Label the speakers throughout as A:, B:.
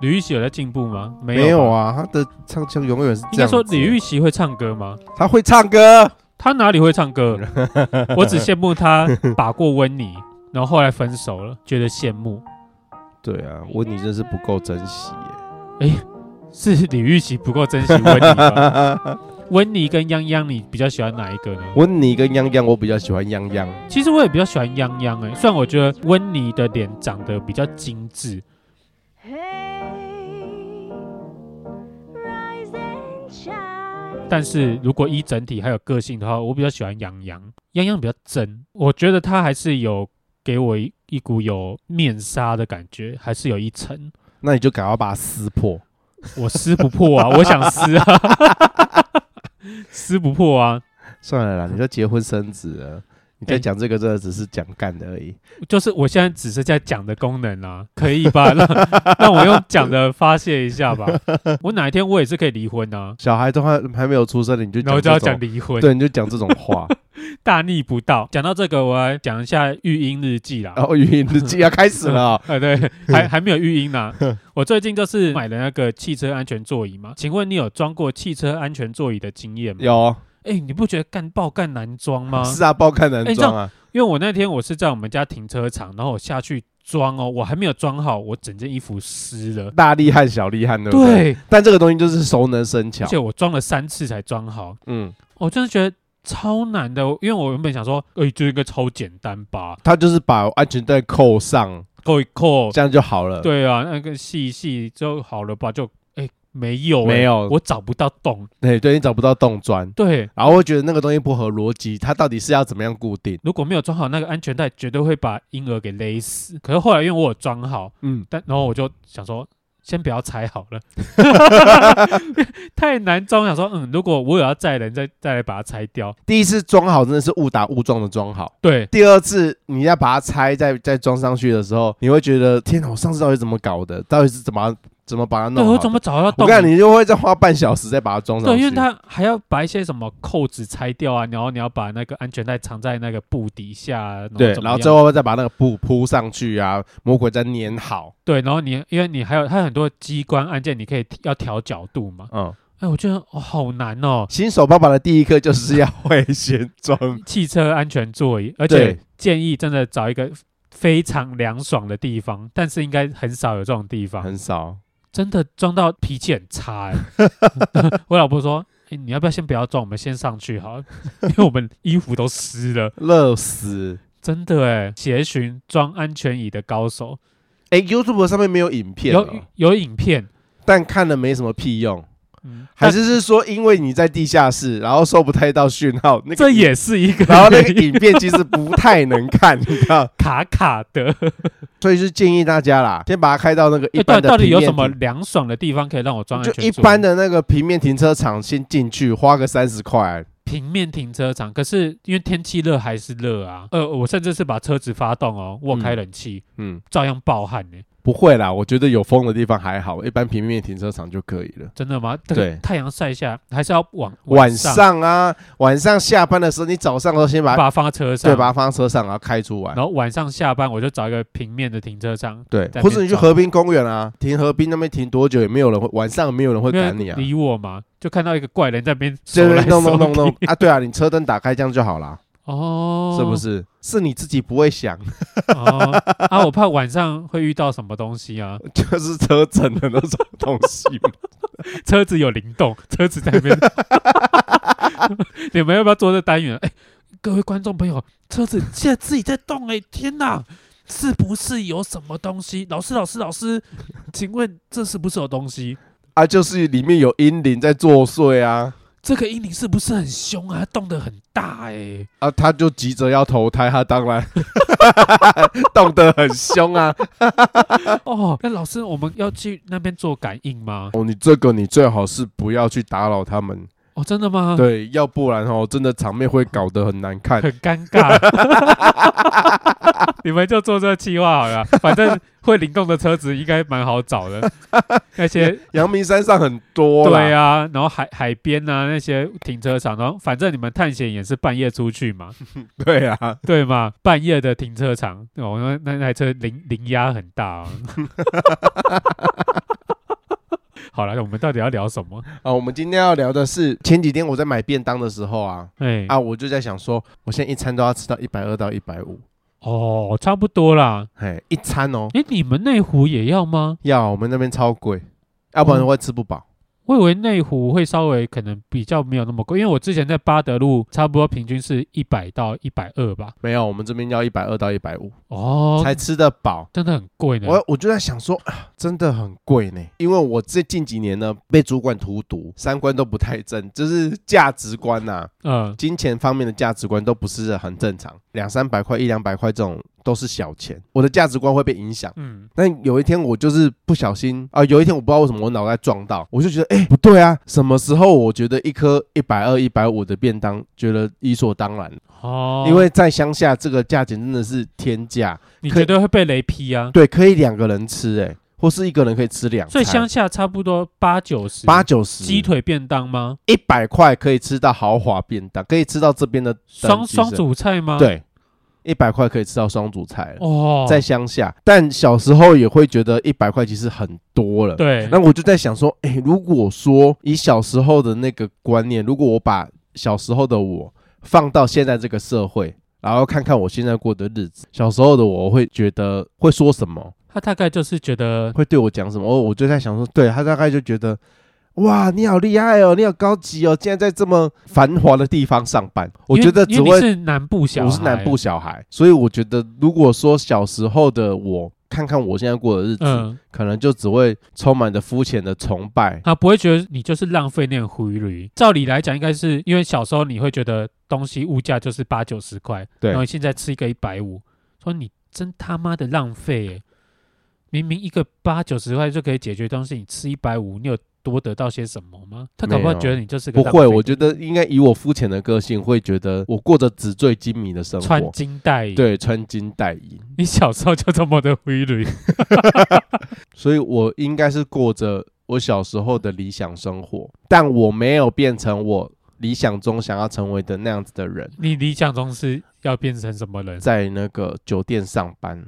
A: 李玉玺有在进步吗？没
B: 没
A: 有
B: 有
A: 吧，
B: 啊，他的唱腔永远是
A: 应
B: 这
A: 该
B: 样子。
A: 说李玉玺会唱歌吗？
B: 他会唱歌，
A: 他哪里会唱 歌？我只羡慕他把过温妮，然后后来分手了，觉得羡慕。
B: 对啊，温妮真是不够珍惜
A: 是李玉玺不够珍惜温妮吧？
B: 耶。
A: 温妮跟泱泱，你比较喜欢哪一个呢？
B: 温妮跟泱泱，我比较喜欢泱泱。
A: 其实我也比较喜欢泱泱哎，虽然我觉得温妮的脸长得比较精致，
C: Hey, rise and shine.
A: 但是如果依整体还有个性的话，我比较喜欢泱泱。泱泱比较真，我觉得她还是有给我一一股有面纱的感觉，还是有一层。
B: 那你就赶快把它撕破。
A: 我撕不破啊，我想撕啊， 撕不破啊，
B: 算了啦，你都结婚生子了，你在
A: 哎
B: 讲这个真的只是讲干的而已。
A: 就是我现在只是在讲的功能啊，可以 吧？让让我用讲的发泄一下吧。我哪一天我也是可以离婚啊，
B: 小孩都还还没有出生，你就
A: 然后
B: 讲
A: 就要
B: 这
A: 讲
B: 种，
A: 离婚，
B: 对，你就讲这种 话。
A: 大逆不道。讲到这个，我来讲一下育婴日记啦。
B: 然后语音日记要开始了哦，
A: 呃， 对，还还没有育婴呢。我最近就是买了那个汽车安全座椅嘛。请问你有装过汽车安全座椅的经验吗？
B: 有
A: 哎，你不觉得干爆干难装吗？
B: 是啊，包看男
A: 哎你知
B: 装啊，
A: 因为我那天我是在我们家停车场，然后我下去装哦，我还没有装好，我整件衣服湿了。
B: 大厉害小厉害，对不对？
A: 对，
B: 但这个东西就是熟能生巧
A: 而，且我装了三次才装好，
B: 嗯，
A: 我真的觉得超难的。哦因为我原本想说，哎、这个超简单吧，
B: 他就是把安全带扣上，
A: 扣一扣，
B: 这样就好了。，
A: 对啊，那个细一细就好了吧？就哎、没有、哎
B: 没有
A: 我找不到洞。
B: 对对，你找不到洞钻，
A: 对，
B: 然后会觉得那个东西不合逻辑，它到底是要怎么样固定？
A: 如果没有装好那个安全带，绝对会把婴儿给勒死。可是后来因为我有装好，
B: 嗯，
A: 但然后我就想说，先不要拆好了，太难装。想说，嗯，如果我有要载人，再再来把它拆掉。
B: 第一次装好真的是误打误撞的装好。
A: 对，
B: 第二次你要把它拆再再装上去的时候，你会觉得天哪，我上次到底怎么搞的？到底是怎么怎么把它弄
A: 对
B: 好的？
A: 我怎么找到
B: 我
A: 洞？
B: 看你就会再花半小时再把它装上去。
A: 对，因为它还要把一些什么扣子拆掉啊，然后你要把那个安全带藏在那个布底下啊，然后
B: 对，
A: 怎么
B: 然后
A: 样
B: 最后再把那个布铺上去啊，魔鬼再粘好。
A: 对，然后你因为你还有它有很多机关按键，你可以要调角度嘛。
B: 嗯，
A: 哎，我觉得哦好难哦，
B: 新手爸爸的第一课就是要 会先装。
A: 汽车安全座椅，而
B: 对
A: 且建议真的找一个非常凉爽的地方，但是应该很少有这种地方。
B: 很少，
A: 真的装到脾气很差、欸。 我老婆说、欸：“你要不要先不要装，我们先上去好了， 因为我们衣服都湿了。
B: 乐死。”
A: 真的哎、欸，协寻装安全椅的高手，
B: 哎、y o u t u b e 上面没有影片、
A: 有
B: 哦，
A: 有影片，
B: 但看了没什么屁用。
A: 嗯，
B: 还
A: 但
B: 是是说，因为你在地下室，然后收不太到讯号，那个
A: 这也是一个原因，
B: 然后那个影片其实不太能看，你知道，
A: 卡卡的。
B: 所以是建议大家啦，先把它开到那个 一
A: 欸
B: 般
A: 到
B: 的
A: 到底有
B: 平面
A: 什么
B: 停
A: 凉爽的地方可以让我装安全
B: 就一
A: 座椅
B: 般的那个平面停车场先进去，花个三十块，
A: 平面停车场，可是因为天气热还是热啊。呃，我甚至是把车子发动哦，我有开冷气、
B: 嗯，
A: 照样暴汗欸呢、
B: 不会啦，我觉得有风的地方还好，一般平面停车场就可以了。
A: 真的吗？这个
B: 对
A: 太阳晒下还是要往
B: 晚
A: 上
B: 上啊，晚上下班的时候，你早上都先把
A: 把它放在车上，
B: 对把它放车上，然后开出来
A: 然，后晚上下班我就找一个平面的停车场，
B: 对
A: 在那，边
B: 或者你去
A: 找
B: 河滨公园啊，停河滨那边停多久也没有人会，晚上没有人会
A: 没有
B: 赶你啊，
A: 理我嘛，就看到一个怪人在那边手
B: 对
A: 来
B: 对，弄弄
A: 手
B: 弄弄
A: 去
B: 啊，对啊，你车灯打开这样就好啦，
A: 哦，
B: 是不？是？是你自己不会想。
A: 哦啊，我怕晚上会遇到什么东西啊，
B: 就是车震的那种东西嘛。
A: 车子有灵动，车子在那 边，你们要不要做这单元？哎，各位观众朋友，车子现在自己在动哎、天哪！是不是有什么东西？老师，老师，老师，请问这是不是有东西？
B: 啊，就是里面有阴灵在作祟啊，
A: 这个阴灵是不是很凶啊？它动得很大哎、
B: 啊，他就急着要投胎，他当然 动得很凶啊。
A: 哦，那老师，我们要去那边做感应吗？
B: 哦，你这个你最好是不要去打扰他们，
A: 哦，真的吗？，
B: 对，要不然哦，真的场面会搞得很难 看。
A: 很尴尬。你们就做这计划好了，反正会灵动的车子应该蛮好找的， 那些。
B: 阳明山上很多啦，
A: 对啊，然后海海边啊那些停车场，然后反正你们探险也是半夜出去 嘛，
B: 对啊，
A: 对吗？半夜的停啊 车场，哦，那那台车灵灵压很大、哦。好了，我们到底要聊什么？
B: 啊，我们今天要聊的是前几天我在买便当的时候啊，
A: 哎、
B: 啊，我就在想说，我现在一餐都要吃到一百二到一百五，
A: 哦，差不多啦。
B: 嘿，一餐哦，
A: 哎、你们内湖也要吗？
B: 要我们那边超贵，要不然会吃不饱。
A: 我以为内湖会稍微可能比较没有那么贵，因为我之前在巴德路差不多平均是一百到一百二吧。
B: 没有，我们这边要一百二到一百五
A: 哦，嗯
B: 才吃得饱。
A: 真的很贵呢。
B: 我我就在想说，啊，真的很贵呢，因为我这近几年呢被主管荼毒，三观都不太正，就是价值观呐、
A: 嗯，
B: 金钱方面的价值观都不是很正常，两三百块、一两百块这种都是小钱，我的价值观会被影响。
A: 嗯，
B: 但有一天我就是不小心啊、有一天我不知道为什么我脑袋撞到，我就觉得哎、不对啊，什么时候我觉得一颗一百二、一百五的便当觉得理所当然，
A: 哦，
B: 因为在乡下这个价钱真的是天价，
A: 你
B: 可以
A: 绝对会被雷劈啊。
B: 对，可以两个人吃哎、或是一个人可以吃两
A: 所
B: 餐，
A: 以乡下差不多八九十，
B: 八九十
A: 鸡腿便当吗？
B: 一百块可以吃到豪华便当，可以吃到这边的
A: 双
B: 等级
A: 双
B: 是
A: 主菜吗？，
B: 对，一百块可以吃到双主菜了。
A: 哦，
B: 在乡下，但小时候也会觉得一百块其实很多了。，
A: 对，
B: 那我就在想说，哎、如果说以小时候的那个观念，如果我把小时候的我放到现在这个社会，然后看看我现在过的日子，小时候的我会觉得会说什么，
A: 他大概就是觉得
B: 会对我讲什么？哦，我就在想说，对他大概就觉得。哇，你好厉害哦！你好高级哦！竟然在这么繁华的地方上班，我
A: 因为
B: 觉得
A: 因
B: 只
A: 为
B: 会
A: 你是南部小孩，
B: 我是南部小孩，所以我觉得，如果说小时候的我看看我现在过的日子，
A: 嗯，
B: 可能就只会充满着肤浅的崇拜。
A: 啊他不会觉得你就是浪费那个汇率。照理来讲，应该是因为小时候你会觉得东西物价就是八九十块，
B: 对
A: 然后现在吃一个一百五，说你真他妈的浪费、欸，明明一个八九十块就可以解决东西，你吃一百五，你有多得到些什么吗？他搞不好
B: 没有
A: 觉得你就是个
B: 不
A: 浪费
B: 会，
A: 的
B: 我觉得应该以我肤浅的个性，会觉得我过着纸醉金迷的生
A: 穿
B: 活。
A: 金戴银，
B: 对，穿金戴银，
A: 你小时候就这么的汇率，
B: 所以我应该是过着我小时候的理想生活，但我没有变成我理想中想要成为的那样子的人，
A: 你理想中是要变成什么人？
B: 在那个酒店上班，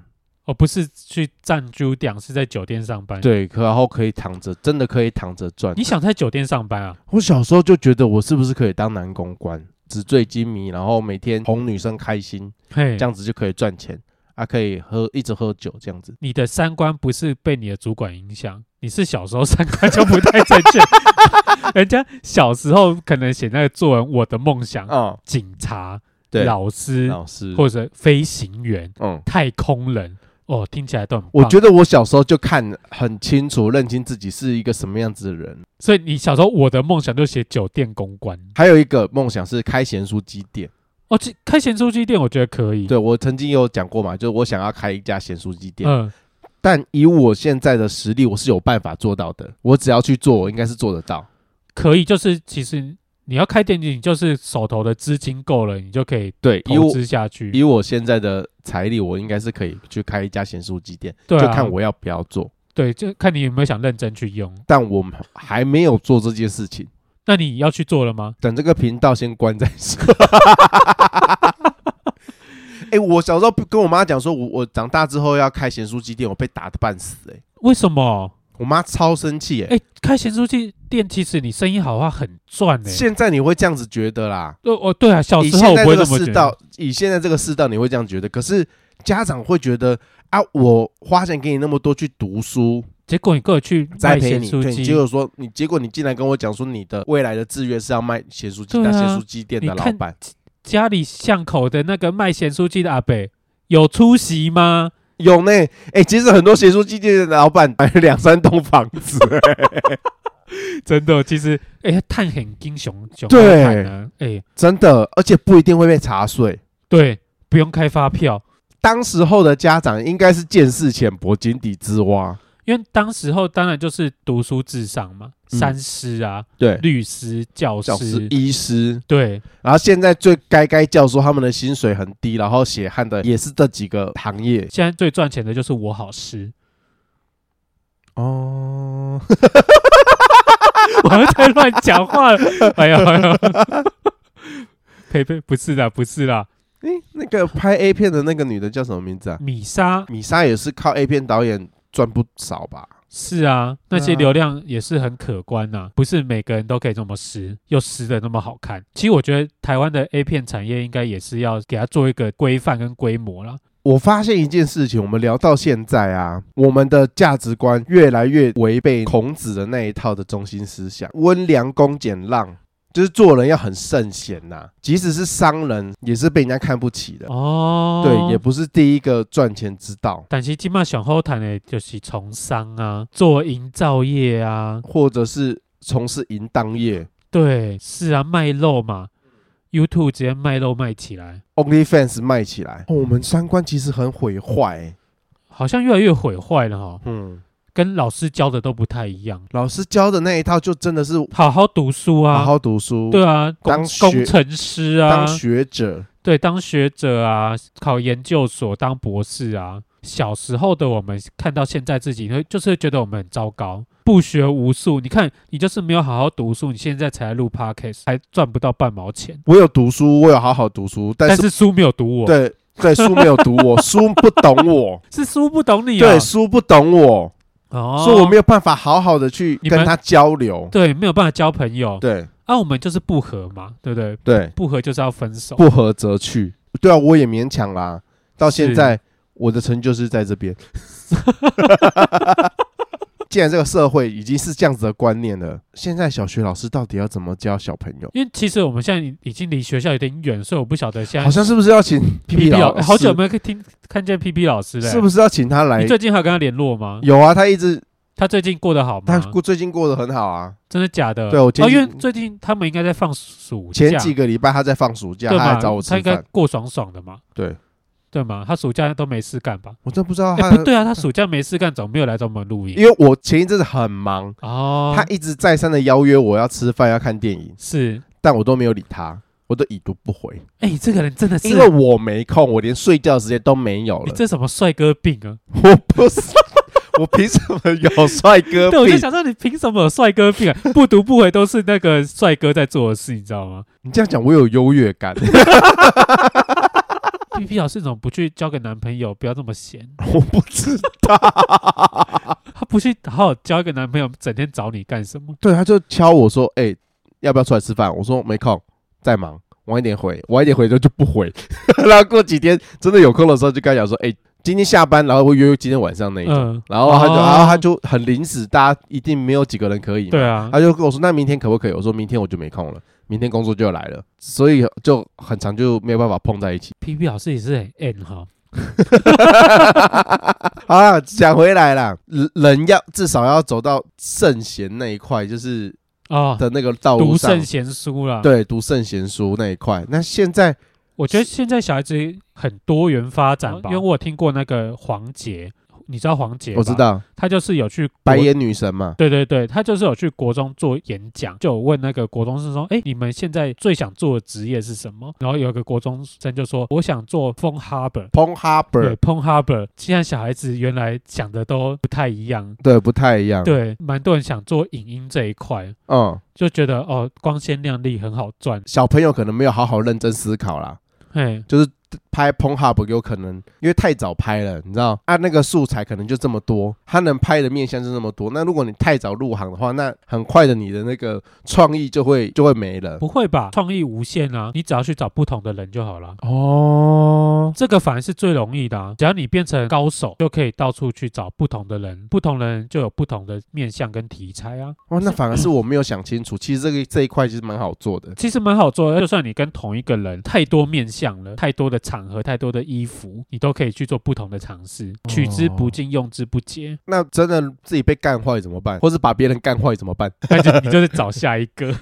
A: 哦，不是去占猪店，是在酒店上班。，
B: 对，可然后可以躺着，真的可以躺着赚
A: 你想在酒店上班啊？
B: 我小时候就觉得我是不是可以当男公关，纸醉金迷，然后每天哄女生开心，
A: 嘿
B: 这，样子就可以赚钱，啊，可以喝一直喝酒这样子。
A: 你的三观不是被你的主管影响，你是小时候三观就不太正确。 人家小时候可能写那个作文，我的梦想，
B: 嗯，
A: 警察、
B: 对，
A: 老师
B: 老师，
A: 或者飞行员、
B: 嗯，
A: 太空人，哦，听起来都很棒。
B: 我觉得我小时候就看很清楚，认清自己是一个什么样子的人。
A: 所以你小时候我的梦想就写酒店公关。
B: 还有一个梦想是开咸酥鸡店，
A: 哦，这开咸酥鸡店我觉得可以。
B: 对我曾经有讲过嘛，就是我想要开一家咸酥鸡店，
A: 嗯，
B: 但以我现在的实力，我是有办法做到的。我只要去做，我应该是做得到。
A: 可以，就是其实你要开店，你就是手头的资金够了，你就可以
B: 对，以
A: 投
B: 我
A: 资下去。
B: 以我现在的财力，我应该是可以去开一家咸酥鸡店，
A: 对、啊，
B: 就看我要不要做。
A: 对，就看你有没有想认真去用。
B: 但我们还没有做这件事情，
A: 那你要去做了吗？
B: 等这个频道先关再说。 哎、我小时候跟我妈讲说，我我长大之后要开咸酥鸡店，我被打的半死哎、
A: 为什么？
B: 我妈超生气哎、
A: 哎、开咸酥鸡店，其实你生意好的话很赚呢、欸。
B: 现在你会这样子觉得啦？
A: 对，哦，对啊，小
B: 以
A: 时候
B: 现
A: 我
B: 在
A: 不会这
B: 这个
A: 么觉
B: 世
A: 得。
B: 道，以现在这个世道，你会这样觉得。可是家长会觉得啊，我花钱给你那么多去读书，
A: 结果你跟我去
B: 栽
A: 卖
B: 培
A: 咸
B: 你，
A: 酥
B: 对，
A: 鸡
B: 结，果说你，结果你竟然跟我讲说你的未来的志愿是要卖咸酥鸡，
A: 对啊
B: 当咸酥鸡店的
A: 你
B: 老
A: 看
B: 板
A: 家里巷口的那个卖咸酥鸡的阿伯有出席吗？
B: 有呢，哎、其实很多咸酥鸡店的老板买了 两三栋房子、
A: 真的，其实哎，他探很英雄，熊
B: 对
A: 探啊，哎，
B: 真的，而且不一定会被查税。
A: 对，不用开发票。
B: 当时候的家长应该是见识浅薄、井底之蛙，
A: 因为当时候当然就是读书至上嘛，
B: 嗯
A: 三师啊、
B: 对，
A: 律师、教师，
B: 教师、医师，
A: 对，
B: 然后现在最该该教授他们的薪水很低，然后血汗的也是这几个行业
A: 现在最赚钱的就是我好师，
B: 哦。
A: 我又在乱讲话了，哎呀，哎呀呸呸，不是啦，不是啦，
B: 哎、那个拍 A 片的那个女的叫什么名字啊？
A: 米莎
B: 米莎也是靠 A 片导演赚不少吧？
A: 是啊，那些
B: 对啊
A: 流量也是很可观呐、不是每个人都可以这么撕，又撕的那么好看。其实我觉得台湾的 A 片产业应该也是要给它做一个规范跟规模啦。
B: 我发现一件事情，我们聊到现在啊，我们的价值观越来越违背孔子的那一套的中心思想，温良恭俭让，就是做人要很圣贤呐、即使是商人，也是被人家看不起的。
A: 哦，
B: 对，也不是第一个赚钱之道，
A: 但是今嘛想后谈的就是从商啊，做营造业啊，
B: 或者是从事淫荡业
A: 对，是啊，卖肉嘛，YouTube 直接卖肉卖起来，
B: ，OnlyFans 卖起来、哦我们三观其实很毁坏、欸
A: 好像越来越毁坏了哈，
B: 嗯，
A: 跟老师教的都不太一样。
B: 老师教的那一套就真的是
A: 好好读书啊，
B: 好好读书，
A: 对啊，
B: 当
A: 工
B: 学
A: 工程师啊
B: 当，学者，
A: 对，当学者啊，考研究所，当博士啊。小时候的我们看到现在自己，会就是会觉得我们很糟糕，不学无术。你看，你就是没有好好读书，你现在才来录 podcast，还赚不到半毛钱，
B: 我有读书，我有好好读书，但
A: 但
B: 是
A: 是书没有读我，
B: 对对，书没有读 我，书不懂我，
A: 是书不懂你、啊，
B: 对，书不懂我，
A: 哦，
B: 所以我没有办法好好的去
A: 你
B: 跟
A: 们
B: 他交流。
A: 对没有办法交朋友，
B: 对
A: 啊，我们就是不合嘛，对不对？
B: 对，
A: 不合就是要分手，
B: 不合则去。对啊，我也勉强啦。到现
A: 是
B: 在我的成就是在 这边。既然这个社会已经是这样子的观念了，现在小学老师到底要怎么教小朋友？
A: 因为其实我们现在已已经离学校有点远，所以我不晓得现在
B: 好像是不是要请 P
A: 啊 P P 老
B: 老
A: 哎
B: 师？
A: 好久没有听看见 P P 老师了、
B: 是不是要请他来
A: 你？最近还有跟他联络吗？
B: 有啊，他一直
A: 他最近过得好
B: 他
A: 吗？
B: 过最近过得很好啊。
A: 真的假的？
B: 对我前
A: 哦，
B: 几
A: 因为最近他们应该在放暑假，
B: 前几个礼拜他在放暑假，
A: 对
B: 他
A: 嘛？
B: 来找我
A: 他
B: 吃
A: 应该
B: 饭。
A: 过爽爽的嘛，
B: 对，
A: 对嘛？他暑假都没事干吧？
B: 我真不知道
A: 哎、
B: 他，
A: 不对啊，他暑假没事干，怎么没有来找我们录音？
B: 因为我前一阵子很忙，
A: 哦，
B: 他一直再三的邀约我要吃饭、要看电影，
A: 是，
B: 但我都没有理他，我都已读不回，
A: 哎、你这个人真的是
B: 因，为我没空，我连睡觉的时间都没有
A: 你
B: 了。
A: 这什么帅哥病啊？
B: 我 不是，我凭什么有帅哥
A: 对，我就
B: 病？
A: 想说你凭什么有帅哥病啊？不读不回都是那个帅哥在做的事，你知道吗
B: 你这样讲，我有优越感。
A: ？P P 老师怎么不去交个男朋友？不要这么闲，
B: 我不知，
A: 他不去好好交一个男朋友，整天找你干什么？
B: 对，他就敲我说：“哎、要不要出来吃饭？”我说：“没空，在忙，晚一点回，晚一点回就就不回。”然后过几天真的有空的时候，就跟他讲说：“哎、今天下班，然后会约今天晚上那一种。
A: 嗯，
B: 然后他就，
A: 哦
B: 然后他就很临时，大家一定没有几个人可以嘛。
A: 对啊，
B: 他就跟我说：“那明天可不可以？”我说：“明天我就没空了，明天工作就要来了，所以就很长就没有办法碰在 一起。
A: P P 老师也是很 N 哈，”
B: 好啦，讲回来啦，人人要至少要走到圣贤那一块，就是
A: 哦，
B: 的那个道路
A: 读
B: 上
A: 圣，贤书啦。，
B: 对，读圣贤书那一块。那现在
A: 我觉得现在小孩子很多元发展吧，因
B: 哦
A: 为我有听过那个黄杰，你知道黄杰？
B: 我知，道
A: 他就是有去国
B: 白。眼女神嘛，
A: 对对对，他就是有去国中做演讲，就有问那个国中生说：“哎，你们现在最想做的职业是什么？”然后有一个国中生就说：“我想做 phone harbor。”
B: p o n Harbor，
A: 对 p o n Harbor，现在小孩子原来想的都不太一样，
B: 对，不太一样。，
A: 对，蛮多人想做影音这一块，
B: 嗯，
A: 就觉得哦，光鲜亮丽很好赚，
B: 小朋友可能没有好好认真思考啦，
A: 嘿，
B: 就是拍 p o n Hub 有可能因为太早拍了，你知道，按、那个素材可能就这么多，它能拍的面向就这么多。那如果你太早入行的话，那很快的你的那个创意就会就会没了。
A: 不会吧？创意无限啊，你只要去找不同的人就好了。
B: 哦，
A: 这个反而是最容易的、啊，只要你变成高手，就可以到处去找不同的人，不同人就有不同的面向跟题材啊。
B: 哇，那反而是我没有想清楚，其实这个这一块其实蛮好做的。
A: 其实蛮好做的，就算你跟同一个人太多面向了，太多的场合，太多的衣服，你都可以去做不同的尝试，
B: 哦
A: 取之不尽，用之不竭。
B: 那真的自己被干坏怎么办？或是把别人干坏怎么办？
A: 那就你就是找下一 个，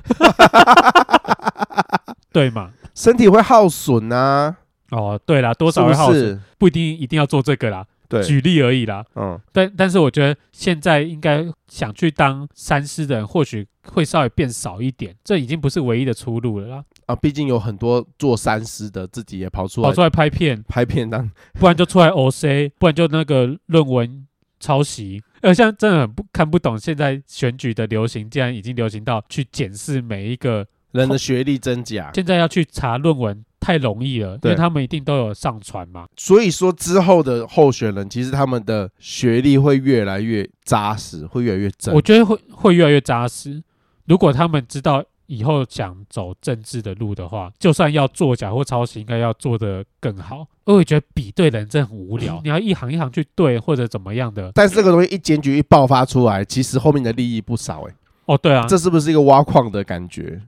A: 对嘛？
B: 身体会耗损啊，
A: 哦，对啦，多
B: 是
A: 少会
B: 不
A: 耗损，
B: 是？
A: 不一定一定要做这个啦，
B: 对，
A: 举例而已啦。
B: 嗯，
A: 但但是我觉得现在应该想去当三师的人，或许会稍微变少一点，这已经不是唯一的出路了啦。
B: 啊，毕竟有很多做三师的自己也跑出来
A: 跑出来拍片，
B: 拍 片当
A: 不然就出来 OC，不然就那个论文抄袭。呃，像真的很不看不懂，现在选举的流行竟然已经流行到去检视每一个，
B: 人的学历真假。
A: 现在要去查论文太容易了，因
B: 对
A: 为他们一定都有上传嘛。
B: 所以说之后的候选人，其实他们的学历会越来越扎实，会越来越真
A: 我。觉得会会越来越扎实。如果他们知道以后想走政治的路的话，就算要作假或抄袭，应该要做得更好。因为我觉得比对人真的很无聊，你要一行一行去对或者怎么样的。
B: 但是这个东西一检举一爆发出来，其实后面的利益不少哎、
A: 哦，对啊，
B: 这是不是一个挖矿的感觉？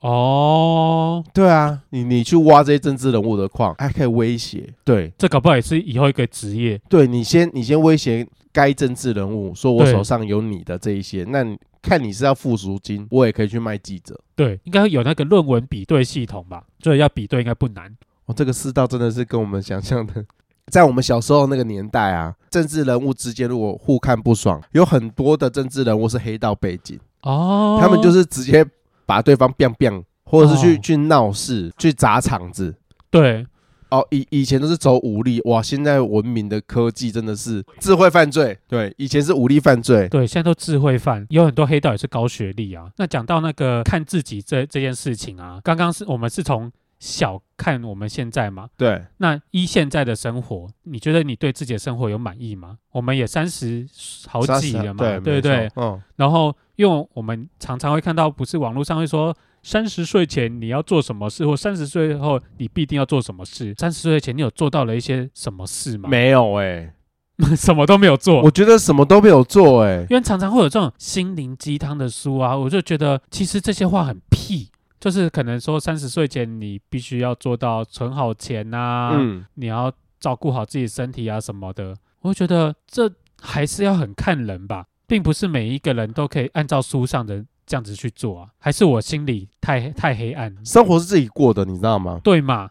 A: 哦，
B: 对啊，你你去挖这些政治人物的矿，还可以威胁。对，
A: 这搞不好也是以后一个职业。
B: 对你先你先威胁该政治人物，说我
A: 对
B: 手上有你的这一些，那你看你是要付赎金，我也可以去卖记者。
A: 对，应该有那个论文比对系统吧，所以要比对应该不难。
B: 哦，这个世道真的是跟我们想象的， 在我们小时候那个年代啊，政治人物之间如果互看不爽，有很多的政治人物是黑道背景，
A: 哦，
B: 他们就是直接把对方 biang biang，或者是去、
A: 哦
B: 去闹事、去砸场子。
A: 对
B: 哦，以以前都是走武力，哇！现在文明的科技真的是智慧犯罪，对，以前是武力犯罪，
A: 对，现在都智慧犯，有很多黑道也是高学历啊。那讲到那个看自己这这件事情啊，刚刚是我们是从小看我们现在嘛，
B: 对，
A: 那依现在的生活，你觉得你对自己的生活有满意吗？我们也三十好几了嘛，对
B: 对
A: 不
B: 没
A: 对
B: 错？嗯，
A: 然后，因为我们常常会看到，不是网络上会说三十岁前你要做什么事，或三十岁后你必定要做什么事。三十岁前你有做到了一些什么事吗？，
B: 没有哎、
A: 什么都没有做
B: 我。觉得什么都没有做哎、
A: 因为常常会有这种心灵鸡汤的书啊，我就觉得其实这些话很屁，就是可能说三十岁前你必须要做到存好钱啊，
B: 嗯，
A: 你要照顾好自己身体啊什么的。我觉得这还是要很看人吧，并不是每一个人都可以按照书上的这样子去做啊。还是我心里太太黑暗，
B: 生活是自己过的，你知道吗？
A: 对嘛？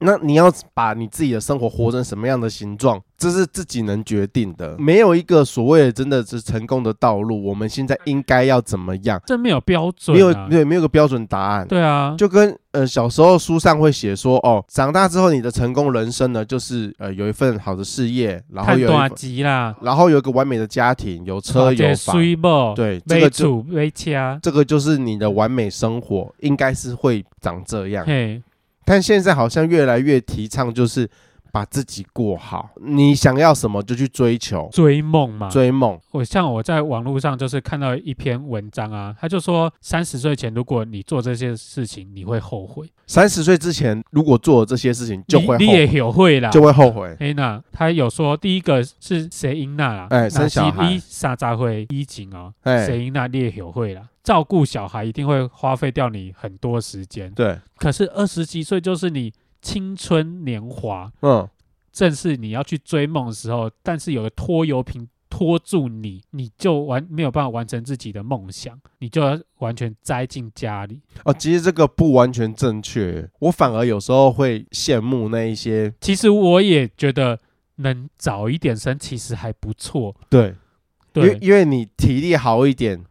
B: 那你要把你自己的生活活成什么样的形状，这是自己能决定的，没有一个所谓的真的是成功的道路。我们现在应该要怎么样？
A: 这没有标准、
B: 没有
A: 啊，
B: 对，没有个标准答案。
A: 对啊，
B: 就跟呃小时候书上会写说，哦，长大之后你的成功人生呢，就是呃有一份好的事业，然后
A: 看
B: 有一
A: 短
B: 份
A: 集啦，
B: 然后有一个完美的家庭，有车有房，
A: 水某，
B: 对，这
A: 没
B: 个就
A: 主没家，
B: 这个就是你的完美生活，应该是会长这样。
A: 嘿，
B: 但现在好像越来越提倡就是把自己过好，你想要什么就去追求、
A: 追梦嘛。
B: 追梦。
A: 我像我在网络上就是看到一篇文章啊，他就说三十岁前如果你做这些事情，你会后悔，
B: 三十岁之前如果做了这些事情，就会
A: 你
B: 后
A: 你也
B: 悔，
A: 有会啦，
B: 就会后悔。
A: 黑娜，她有说第一个是谁赢娜啦？
B: 哎生小孩
A: 一沙扎会一景哦，
B: 哎
A: 谁赢娜烈友会啦。照顾小孩一定会花费掉你很多时间，
B: 对，
A: 可是二十几岁就是你青春年华，
B: 嗯，
A: 正是你要去追梦的时候，但是有个拖油瓶拖住你，你就完没有办法完成自己的梦想，你就要完全栽进家里。
B: 哦，其实这个不完全正确，我反而有时候会羡慕那一些
A: 其实我也觉得能早一点生其实还不错，
B: 对，因为
A: 对
B: 因为你体力好一点。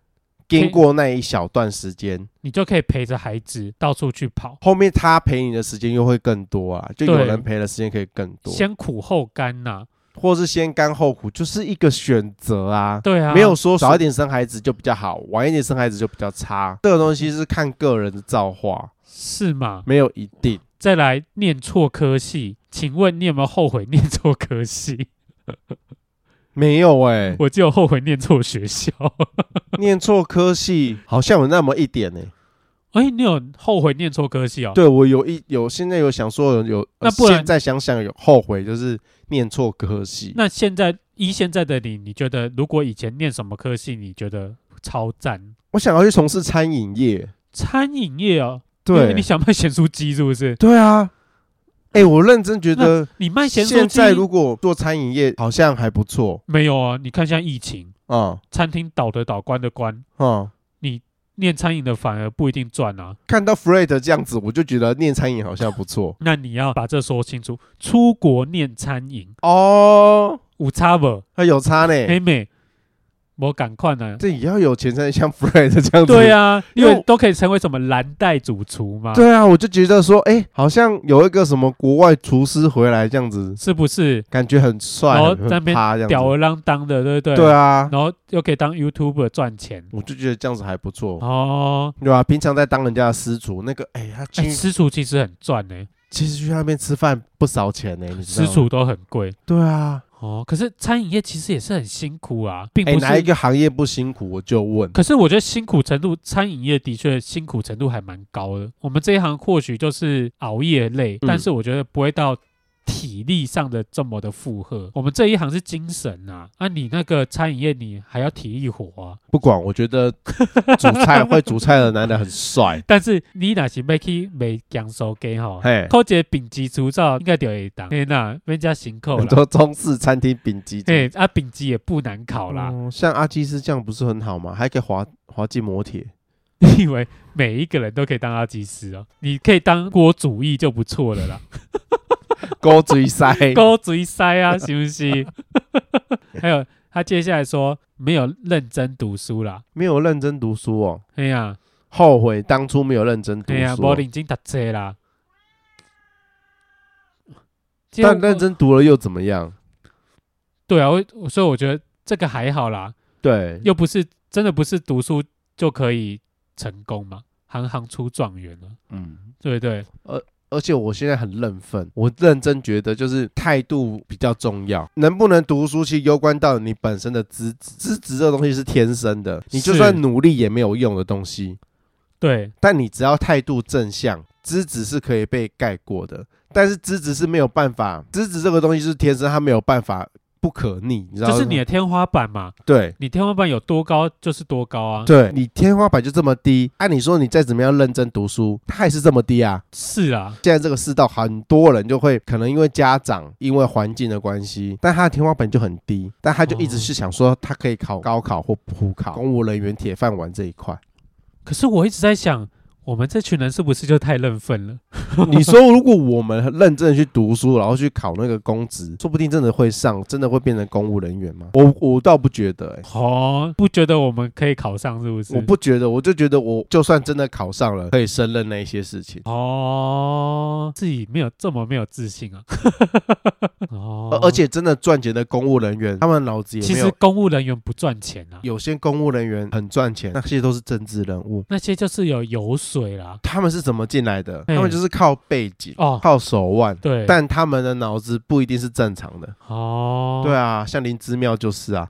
B: 经
A: 以
B: 过那一小段时间，
A: 你就可以陪着孩子到处去跑。
B: 后面他陪你的时间又会更多啊，就有
A: 对
B: 人陪的时间可以更多，
A: 先苦后甘呐、
B: 或是先甘后苦，就是一个选择啊。
A: 对啊，
B: 没有说早一点生孩子就比较好，晚一点生孩子就比较差。这个东西是看个人的造化，
A: 是嘛？
B: 没有一定。
A: 再来念错科系，请问你有没有后悔念错科系？
B: 没有哎、
A: 我就有后悔念错学校。
B: 念错科系好像有那么一点呢、
A: 哎、你有后悔念错科系哦？，
B: 对我有一有，现在有想说有有，
A: 那
B: 呃
A: 不然
B: 现在想想有后悔，就是念错科系。
A: 那现在依现在的你，你觉得如果以前念什么科系，你觉得超赞？
B: 我想要去从事餐饮业，
A: 餐饮业哦，因为
B: 对
A: 你想卖咸酥鸡是不是？
B: 对啊，哎、我认真觉得
A: 你卖咸酥
B: 现
A: 鸡
B: 在如果做餐饮业好像还不错
A: 没有啊？你看像疫情，
B: 啊
A: 餐厅倒的倒，关的关，
B: 啊。嗯
A: 念餐饮的反而不一定赚啊。
B: 看到 Fred 这样子，我就觉得念餐饮好像不错
A: 那你要把这说清楚，出国念餐饮
B: 哦。
A: 五差不
B: 啊，有差呢。
A: 黑妹，我赶快呢。
B: 这也要有钱才能像 Fred 这样
A: 啊
B: 子。
A: 对、啊，因
B: 因为
A: 为都可以成为什么蓝带主厨嘛，
B: 对啊，我就觉得说，哎、好像有一个什么国外厨师回来这样子，
A: 是不是？
B: 感觉很帅，
A: 然后
B: 很
A: 在那边
B: 趴这样子
A: 吊儿郎当的，对不对？
B: 对。啊，
A: 然后又可以当 YouTuber 赚钱
B: 我就觉得这样子还不错。
A: 哦。
B: 对啊，平常在当人家的私厨，那个哎、他
A: 哎，
B: 去、
A: 私厨其实很赚呢，
B: 其实去那边吃饭不少钱呢、你知
A: 私
B: 道吗？
A: 厨都很贵
B: 对啊，
A: 哦。可是餐饮业其实也是很辛苦啊，并
B: 哎、
A: 不
B: 哪一
A: 是。
B: 个行业不辛苦？我就问。
A: 可是我觉得辛苦程度，餐饮业的确辛苦程度还蛮高的。我们这一行或许就是熬夜累，
B: 嗯
A: 但是我觉得不会到体力上的这么的负荷。我们这一行是精神啊，啊，你那个餐饮业你还要体力活啊，
B: 不管，我觉得煮菜会煮菜的男的很帅。
A: 但是你若是要去卖江苏鸡吼，
B: 嘿，
A: 考一个丙级厨照应该就会当。嘿呐，人家辛苦
B: 很
A: 啦。
B: 多中式餐厅顶级。
A: 嘿，啊，丙级也不难考啦。
B: 哦像阿基斯这样不是很好吗？还可以滑滑进摩铁。
A: 你以为每一个人都可以当阿基师哦？你可以当郭主义就不错了啦，
B: 勾 嘴塞，
A: 郭主义塞啊，行不行？ 还有他接下来说没有认真读书啦。
B: 没有认真读书哦，
A: 哎呀，
B: 后悔当初没有认真读
A: 哎呀，
B: 书
A: 无
B: 哦。
A: 认真读册啦。
B: 但认真读了又怎么样？
A: 对啊，我所以我觉得这个还好啦。
B: 对，
A: 又不是真的不是读书就可以成功嘛，行行出状元了，
B: 嗯。
A: 对不对？
B: 而且我现在很认分，我认真觉得就是态度比较重要，能不能读书其实攸关到你本身的资质资质这个东西是天生的，你就是算努力也没有用的东西。
A: 对，
B: 但你只要态度正向，资质是可以被盖过的。但是资质是没有办法，资质这个东西是天生，它没有办法不可逆，你知道
A: 这
B: 吗？
A: 是你的天花板嘛，
B: 对
A: 你天花板有多高就是多高啊。
B: 对，你天花板就这么低，按理说你再怎么样认真读书，它还是这么低啊。
A: 是啊，
B: 现在这个世道，很多人就会可能因为家长、因为环境的关系，但他的天花板就很低，但他就一直是想说他可以考高考或普考，公务人员铁饭碗这一块。
A: 可是我一直在想，我们这群人是不是就太认份了？
B: 你说，如果我们认真的去读书，然后去考那个公 职，说不定真的会上，真的会变成公务人员吗？我我倒不觉得、欸，
A: 哦，不觉得我们可以考上是不是？
B: 我不觉得，我就觉得我就算真的考上了，可以胜任那一些事情。
A: 哦，自己没有这么没有自信 啊。哦
B: 而，而且真的赚钱的公务人员，他们脑子也
A: 其
B: 没
A: 实
B: 有。
A: 公务人员不赚钱啊，
B: 有些公务人员很赚钱，那些都是政治人物，
A: 那些就是有油水啦。
B: 他们是怎么进来的？
A: 嗯
B: 他们就是靠背景、
A: 哦，
B: 靠手腕，
A: 对，
B: 但他们的脑子不一定是正常的。
A: 哦，
B: 对啊，像林之妙就是啊，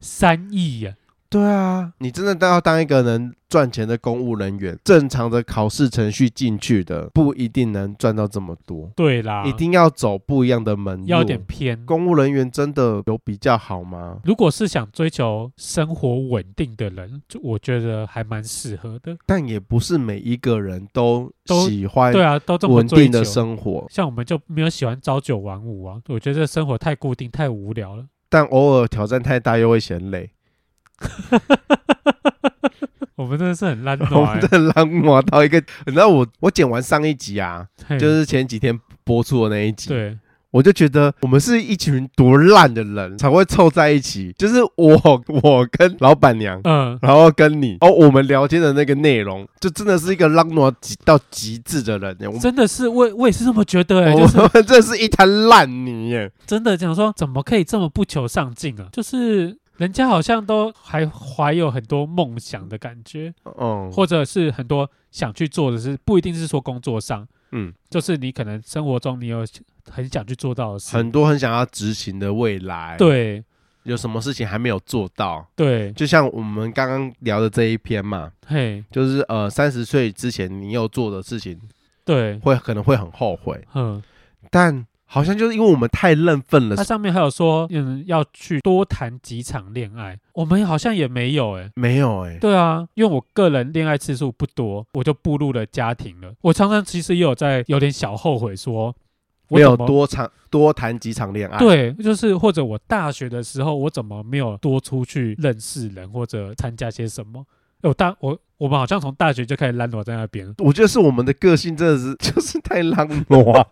A: 三亿呀、
B: 对啊，你真的都要当一个能赚钱的公务人员，正常的考试程序进去的，不一定能赚到这么多，
A: 对啦，
B: 一定要走不一样的门路。
A: 啊要有点偏。
B: 公务人员真的有比较好吗？
A: 如果是想追求生活稳定的人，就我觉得还蛮适合的。
B: 但也不是每一个人都
A: 都
B: 喜欢
A: 对啊，都这么
B: 稳
A: 追
B: 定
A: 求
B: 的。生活，
A: 像我们就没有喜欢朝九晚五啊，我觉得生活太固定、太无聊了。
B: 但偶尔挑战太大又会嫌累。
A: 我们真的是很烂
B: 我
A: 惰、
B: 们
A: 欸，
B: 的浪磨到一个，你知道我我剪完上一集啊，
A: 嘿
B: 就是前几天播出的那一集，
A: 对
B: 我就觉得我们是一群多烂的人才会凑在一起，就是我 我跟老板娘，
A: 嗯，
B: 然后跟你哦，我们聊天的那个内容，就真的是一个浪挪极到极致的人耶，我们
A: 真的是我我也是这么觉 得、欸，
B: 我
A: 就是
B: 们这是一滩烂泥耶，
A: 真的讲说怎么可以这么不求上进啊？就是人家好像都还怀有很多梦想的感觉。
B: 嗯，
A: 或者是很多想去做的事，不一定是说工作上，
B: 嗯，
A: 就是你可能生活中你有很想去做到的事，
B: 很多很想要执行的未来，，
A: 对
B: 有什么事情还没有做到，
A: 对，
B: 就像我们刚刚聊的这一篇嘛，
A: 嘿，
B: 就是呃，三十岁之前你有做的事情，
A: 对，
B: 会可能会很后悔，
A: 嗯，
B: 但好像就是因为我们太认份了
A: 它，上面还有说，嗯，要去多谈几场恋爱，我们好像也没有、欸，
B: 没有哎、
A: 对啊，因为我个人恋爱次数不多，我就步入了家庭了。我常常其实也有在有点小后悔说，我
B: 没有
A: 怎么
B: 多场多谈几场恋爱，，
A: 对，就是或者我大学的时候，我怎么没有多出去认识人或者参加些什么？哎我大我我们好像从大学就开始懒惰在那边了。
B: 我觉得是我们的个性真的是就是太浪了、啊，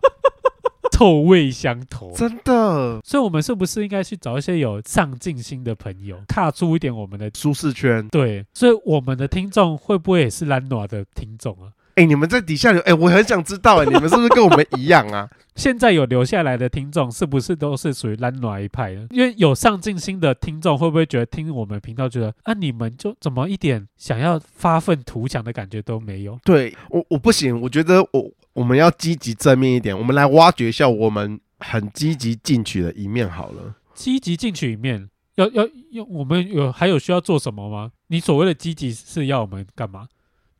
A: 臭味相投。
B: 真的
A: 所以，我们是不是应该去找一些有上进心的朋友，踏出一点我们的
B: 舒适圈。
A: 对？所以，我们的听众会不会也是兰诺的听众啊？
B: 哎、你们在底下留，哎、我很想知 道、哎，你们是不是跟我们一样啊？
A: 现在有留下来的听众，是不是都是属于懒暖一派的？因为有上进心的听众，会不会觉得听我们频道觉得啊，你们就怎么一点想要发愤图强的感觉都没有？
B: 对我，我不行，我觉得我我们要积极正面一点，我们来挖掘一下我们很积极进取的一面好了。
A: 积极进取里面，要要要，我们有还有需要做什么吗？你所谓的积极是要我们干嘛？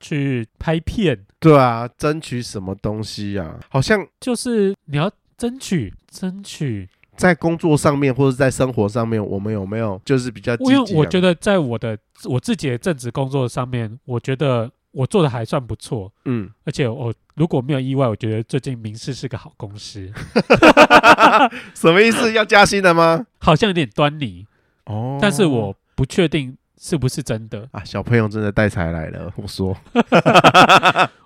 A: 去拍片，
B: 对啊，争取什么东西啊？好像
A: 就是你要争取争取。
B: 在工作上面或者在生活上面，我们有没有就是比较积
A: 因
B: 极啊？
A: 为我觉得在我的我自己的正职工作上面，我觉得我做的还算不错。
B: 嗯，
A: 而且我如果没有意外，我觉得最近明视是个好公司，
B: 什么意思？要加薪了吗？
A: 好像有点端倪，
B: 哦
A: 但是我不确定是不是真的
B: 啊，小朋友真的带财来了， 我说，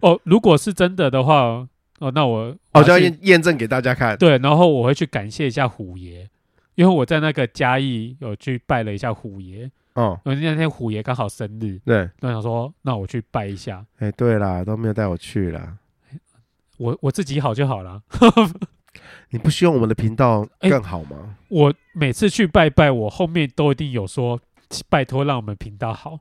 A: 哦。如果是真的的话，哦，那我
B: 我就要
A: 去
B: 验验证给大家看。
A: 对，然后我会去感谢一下虎爷，因为我在那个嘉义有去拜了一下虎爷，
B: 哦，
A: 因为那天虎爷刚好生日，
B: 对，
A: 那想说那我去拜一下，
B: 哎，对啦，都没有带我去啦。
A: 我我自己好就好了。
B: 你不希望我们的频道
A: 哎
B: 更好吗？
A: 我每次去拜拜，我后面都一定有说拜托让我们频道好。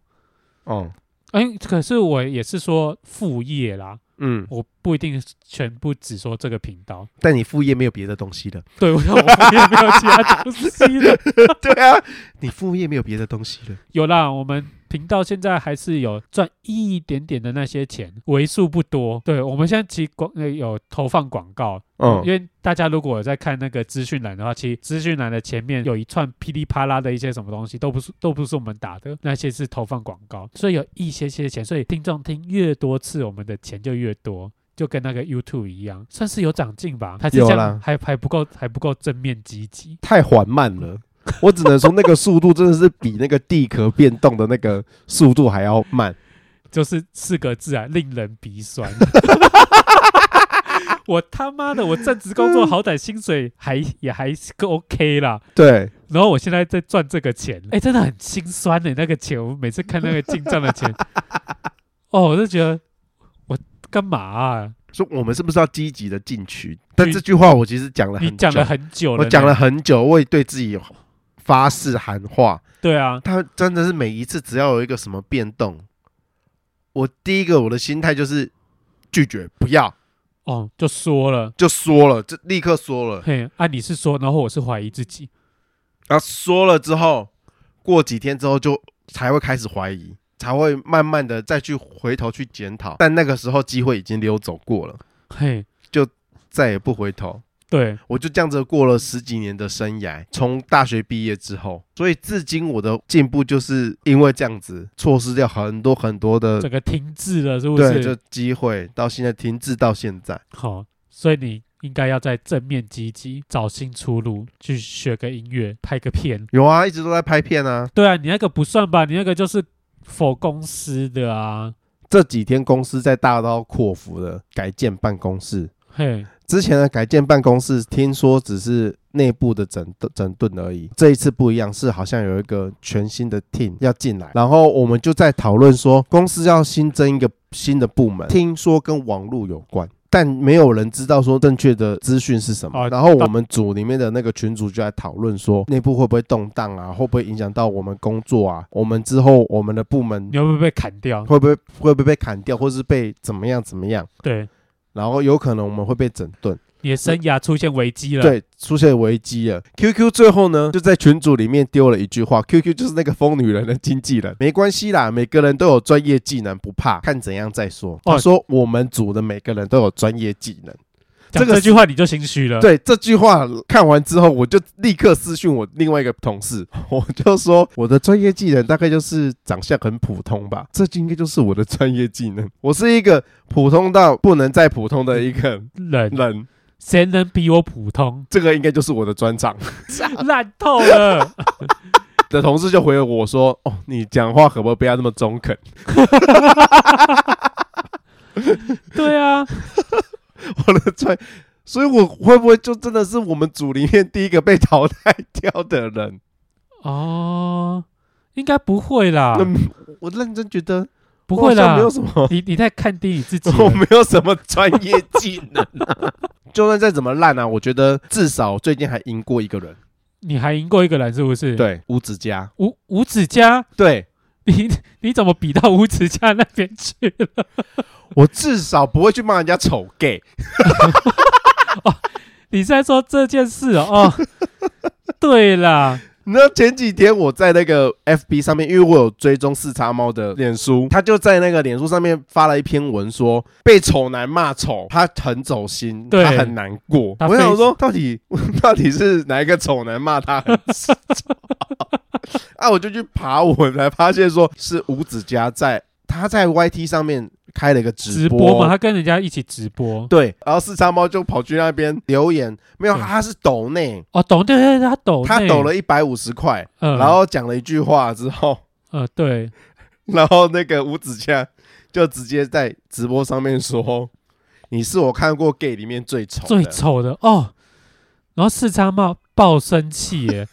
B: 哦，
A: 哎，可是我也是说副业啦，
B: 嗯，
A: 我不一定全部只说这个频道，
B: 但你副业没有别的东西了。
A: 对我我副业没有其他东西了。
B: 对啊，你副业没有别的东西了。
A: 有啦，我们频道现在还是有赚一点点的那些钱，为数不多。对我们现在其实广呃有投放广告，因
B: 嗯，
A: 为大家如果有在看那个资讯栏的话，其实资讯栏的前面有一串噼里啪啦的一些什么东西，都不是都不是我们打的，那些是投放广告，所以有一些些钱，所以听众听越多次，我们的钱就越多。就跟那个 YouTube 一样，算是有长进吧。它是
B: 有
A: 这
B: 啦
A: 样，还还不够，还不够正面积极。
B: 太缓慢了。我只能说，那个速度真的是比那个地壳变动的那个速度还要慢。
A: 就是四个字啊，令人鼻酸。我他妈的，我正职工作好歹薪水还也还够 OK 啦，
B: 对，
A: 然后我现在在赚这个钱，哎、真的很心酸的、那个钱，我每次看那个进账的 钱，哦，我就觉得我干嘛、啊？
B: 所以我们是不是要积极的进取？但这句话我其实讲了很
A: 你
B: 久，
A: 讲了很久了
B: 我
A: 呢，
B: 讲了很久，我也对自己发誓喊话。
A: 对啊，
B: 他真的是每一次只要有一个什么变动，我第一个我的心态就是拒绝，不要
A: 哦，就说了，
B: 就说了，就立刻说了。
A: 嘿，啊，你是说，然后我是怀疑自己，
B: 然后说了之后，过几天之后就才会开始怀疑，才会慢慢的再去回头去检讨。但那个时候机会已经溜走过了，
A: 嘿，
B: 再也不回头。
A: 对，
B: 我就这样子过了十几年的生涯，从大学毕业之后，所以至今我的进步就是因为这样子错失掉很多很多的
A: 整个停滞了，是不？
B: 对，就是机会到现在停滞到现在。
A: 好、所以你应该要在正面积极，找新出路，去学个音乐，拍个片。
B: 有啊，一直都在拍片啊。
A: 对啊，你那个不算吧？你那个就是否公司的啊，
B: 这几天公司在大刀阔斧的改建办公室，
A: 嘿，
B: 之前的改建办公室听说只是内部的整整顿而已，这一次不一样，是好像有一个全新的 team 要进来，然后我们就在讨论说，公司要新增一个新的部门，听说跟网络有关。但没有人知道说正确的资讯是什么
A: 哦，
B: 然后我们组里面的那个群组就在讨论说内部会不会动荡啊，会不会影响到我们工作啊，我们之后我们的部门
A: 你会不会被砍掉？
B: 会不会会不会被砍掉，或是被怎么样怎么样，
A: 对，
B: 然后有可能我们会被整顿，
A: 你的生涯出现危机了。，
B: 对，啊出现危机了。QQ 最后呢，就在群组里面丢了一句话，QQ 就是那个疯女人的经纪人，没关系啦，每个人都有专业技能，不怕，看怎样再说。
A: 哦
B: 他说我们组的每个人都有专业技能。
A: 讲
B: 这个
A: 这句话你就心虚了。，
B: 对这句话看完之后，我就立刻私讯我另外一个同 事，我就说我的专业技能大概就是长相很普通吧，这就应该就是我的专业技能。我是一个普通到不能再普通的一个
A: 人
B: 人，
A: 谁能比我普通？
B: 这个应该就是我的专长。
A: 烂透了。
B: 的同事就回了我说：“哦，你讲话可不可以不要那么中肯
A: 对啊，？”
B: 我的专所以我会不会就真的是我们组里面第一个被淘汰掉的人？
A: 哦，应该不会啦，
B: 嗯，我认真觉得
A: 啊不会
B: 我好像
A: 啦
B: 没，有什么，
A: 你你太看低你自己
B: 我
A: 了。
B: 没有什么专业技能、啊 就算再怎么烂啊，我觉得至少最近还赢过一个人，
A: 你还赢过一个人是不是？，
B: 对，五指家，
A: 五五指家，
B: 对
A: 你你怎么比到五指家那边去 了？
B: 我至少不会去骂人家丑 gay，
A: 你是在说这件事哦？ 哦对啦，
B: 你知道前几天我在那个 FB 上面，因为我有追踪四叉猫的脸书，他就在那个脸书上面发了一篇文说，被丑男骂丑，他很走心，
A: 对
B: 他很难过。
A: 他
B: 我想
A: 非
B: 说，到底 到底是哪一个丑男骂他很丑？ 啊，我就去爬文，才发现说是吴子嘉在他在 YT 上面开了一个
A: 直
B: 播
A: 播嘛，他跟人家一起直播。
B: 对，然后四叉猫就跑去那边留言，没有，
A: 对
B: 他是抖内，
A: 哦，懂对对，对他抖
B: 他
A: 内
B: 抖，了一百五十块，
A: 嗯，
B: 然后讲了一句话之后，
A: 呃，对，
B: 然后那个吴子嘉就直接在直播上面说：“你是我看过 gay 里面最丑的，
A: 最丑的哦。然后四叉猫爆生气耶，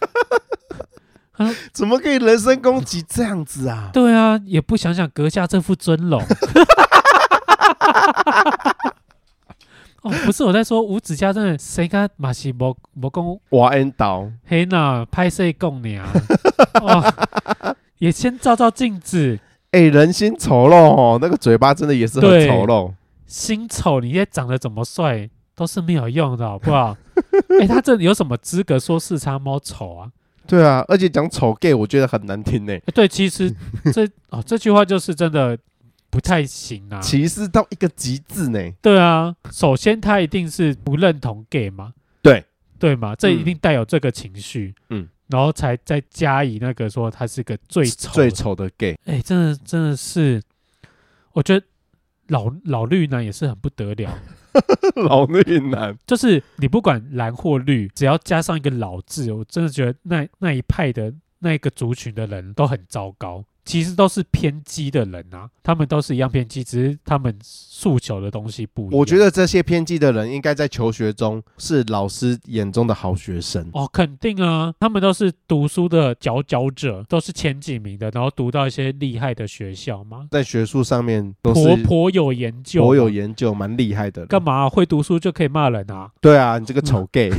B: 怎么可以人身攻击这样子啊
A: 对啊，也不想想阁下这副尊容。 哦，不是我在说五指家真的，谁跟他马西伯伯公？”
B: 哇，N 导，
A: 黑娜拍摄供你啊！哦，也先照照镜子，
B: 哎、人心丑陋哦，那个嘴巴真的也是很
A: 对
B: 丑陋。
A: 心丑，你也长得怎么帅都是没有用的，好不好？哎、他这有什么资格说四叉猫丑啊？
B: 对啊，而且讲丑 gay 我觉得很难听呢、
A: 诶哎对，其实
B: 嗯
A: 这哦这句话就是真的不太行啊。
B: 歧视到一个极致呢、
A: 对啊，首先他一定是不认同 gay 嘛，
B: 对
A: 对嘛，这一
B: 嗯
A: 定带有这个情绪，
B: 嗯，
A: 然后才再加以那个说他是个最丑
B: 最
A: 的
B: 丑的 gay，
A: 哎、真的真的是，我觉得老老绿呢也是很不得了，
B: 老绿男。
A: 就是你不管蓝或绿，只要加上一个“老”字，我真的觉得那那一派的那一个族群的人都很糟糕。其实都是偏激的人啊，他们都是一样偏激，只是他们诉求的东西不一样。
B: 我觉得这些偏激的人应该在求学中是老师眼中的好学生。
A: 哦，肯定啊，他们都是读书的佼佼者，都是前几名的，然后读到一些厉害的学校嘛，
B: 在学术上面都
A: 颇
B: 是
A: 颇有研究嘛，
B: 颇有研究，蛮厉害的人。
A: 干嘛、会读书就可以骂人啊？
B: 对啊，你这个丑 gay，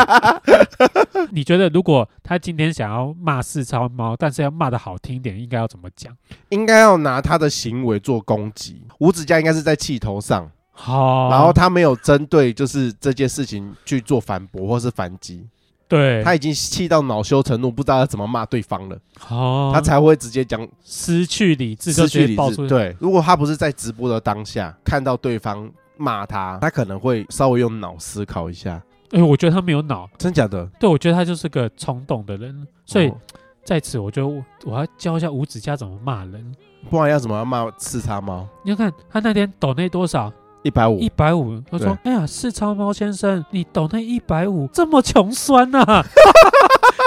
A: 你觉得如果他今天想要骂四超猫，但是要骂的好听一点，应该要怎么讲？
B: 应该要拿他的行为做攻击。五指家应该是在气头上，
A: 好，
B: 然后他没有针对就是这件事情去做反驳或是反击，
A: 对，
B: 他已经气到恼羞成怒，不知道要怎么骂对方了，
A: 好，
B: 他才会直接讲
A: 失去理智，就
B: 失去
A: 直
B: 理
A: 接爆出
B: 智。对，如果他不是在直播的当下看到对方骂他，他可能会稍微用脑思考一下，
A: 哎，我觉得他没有脑，
B: 真假的？
A: 对我觉得他就是个冲动的人，所以
B: 哦
A: 在此我觉得我我要教一下五指家怎么骂人。
B: 不然要怎么骂刺叉猫？
A: 你要看他那天抖那多少？
B: 一百五
A: 一，百五。他说：“哎呀，四超猫先生，你抖那一百五，这么穷酸呐、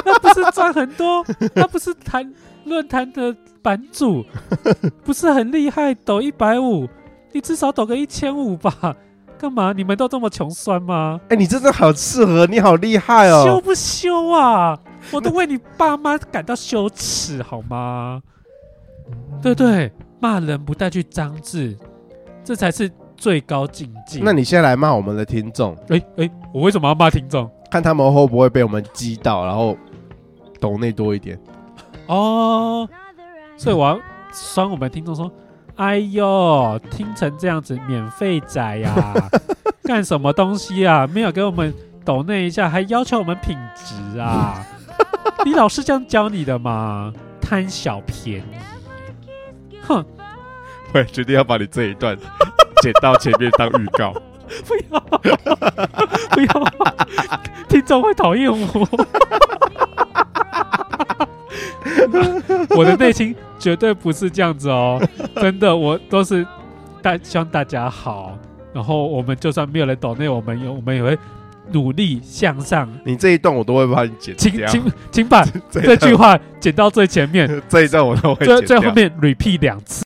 A: 那不是赚很多？那不是谈论坛的版主，不是很厉害？抖一百五，你至少抖个一千五吧？干嘛？你们都这么穷酸吗？
B: 哎，你真的好适合，你好厉害
A: 羞
B: 哦！
A: 不羞啊？我都为你爸妈感到羞耻，好吗？对不对，骂人不带去脏字，这才是最高境界。
B: 那你先来骂我们的听众。
A: 哎哎，我为什么要骂听众？
B: 看他们会不会被我们击到，然后抖内多一 点。
A: 哦，所以我要酸我们听众说，哎呦，听成这样子，免费仔呀、干什么东西啊？没有给我们抖那一下，还要求我们品质啊？你老师这样教你的吗？贪小便宜，哼，
B: 我也决定要把你这一段剪到前面当预告。
A: 不要，不要，听众会讨厌我。我的内心绝对不是这样子哦，真的，我都是大希望大家好。然后我们就算没有人懂内，我们也我们也会努力向上。
B: 你这一段我都会帮你剪
A: 请
B: 掉，
A: 请请把
B: 这一
A: 这
B: 段
A: 句话剪到最前面，
B: 这一段我都会
A: 最
B: 剪
A: 最后
B: 掉。
A: 面 repeat 两次。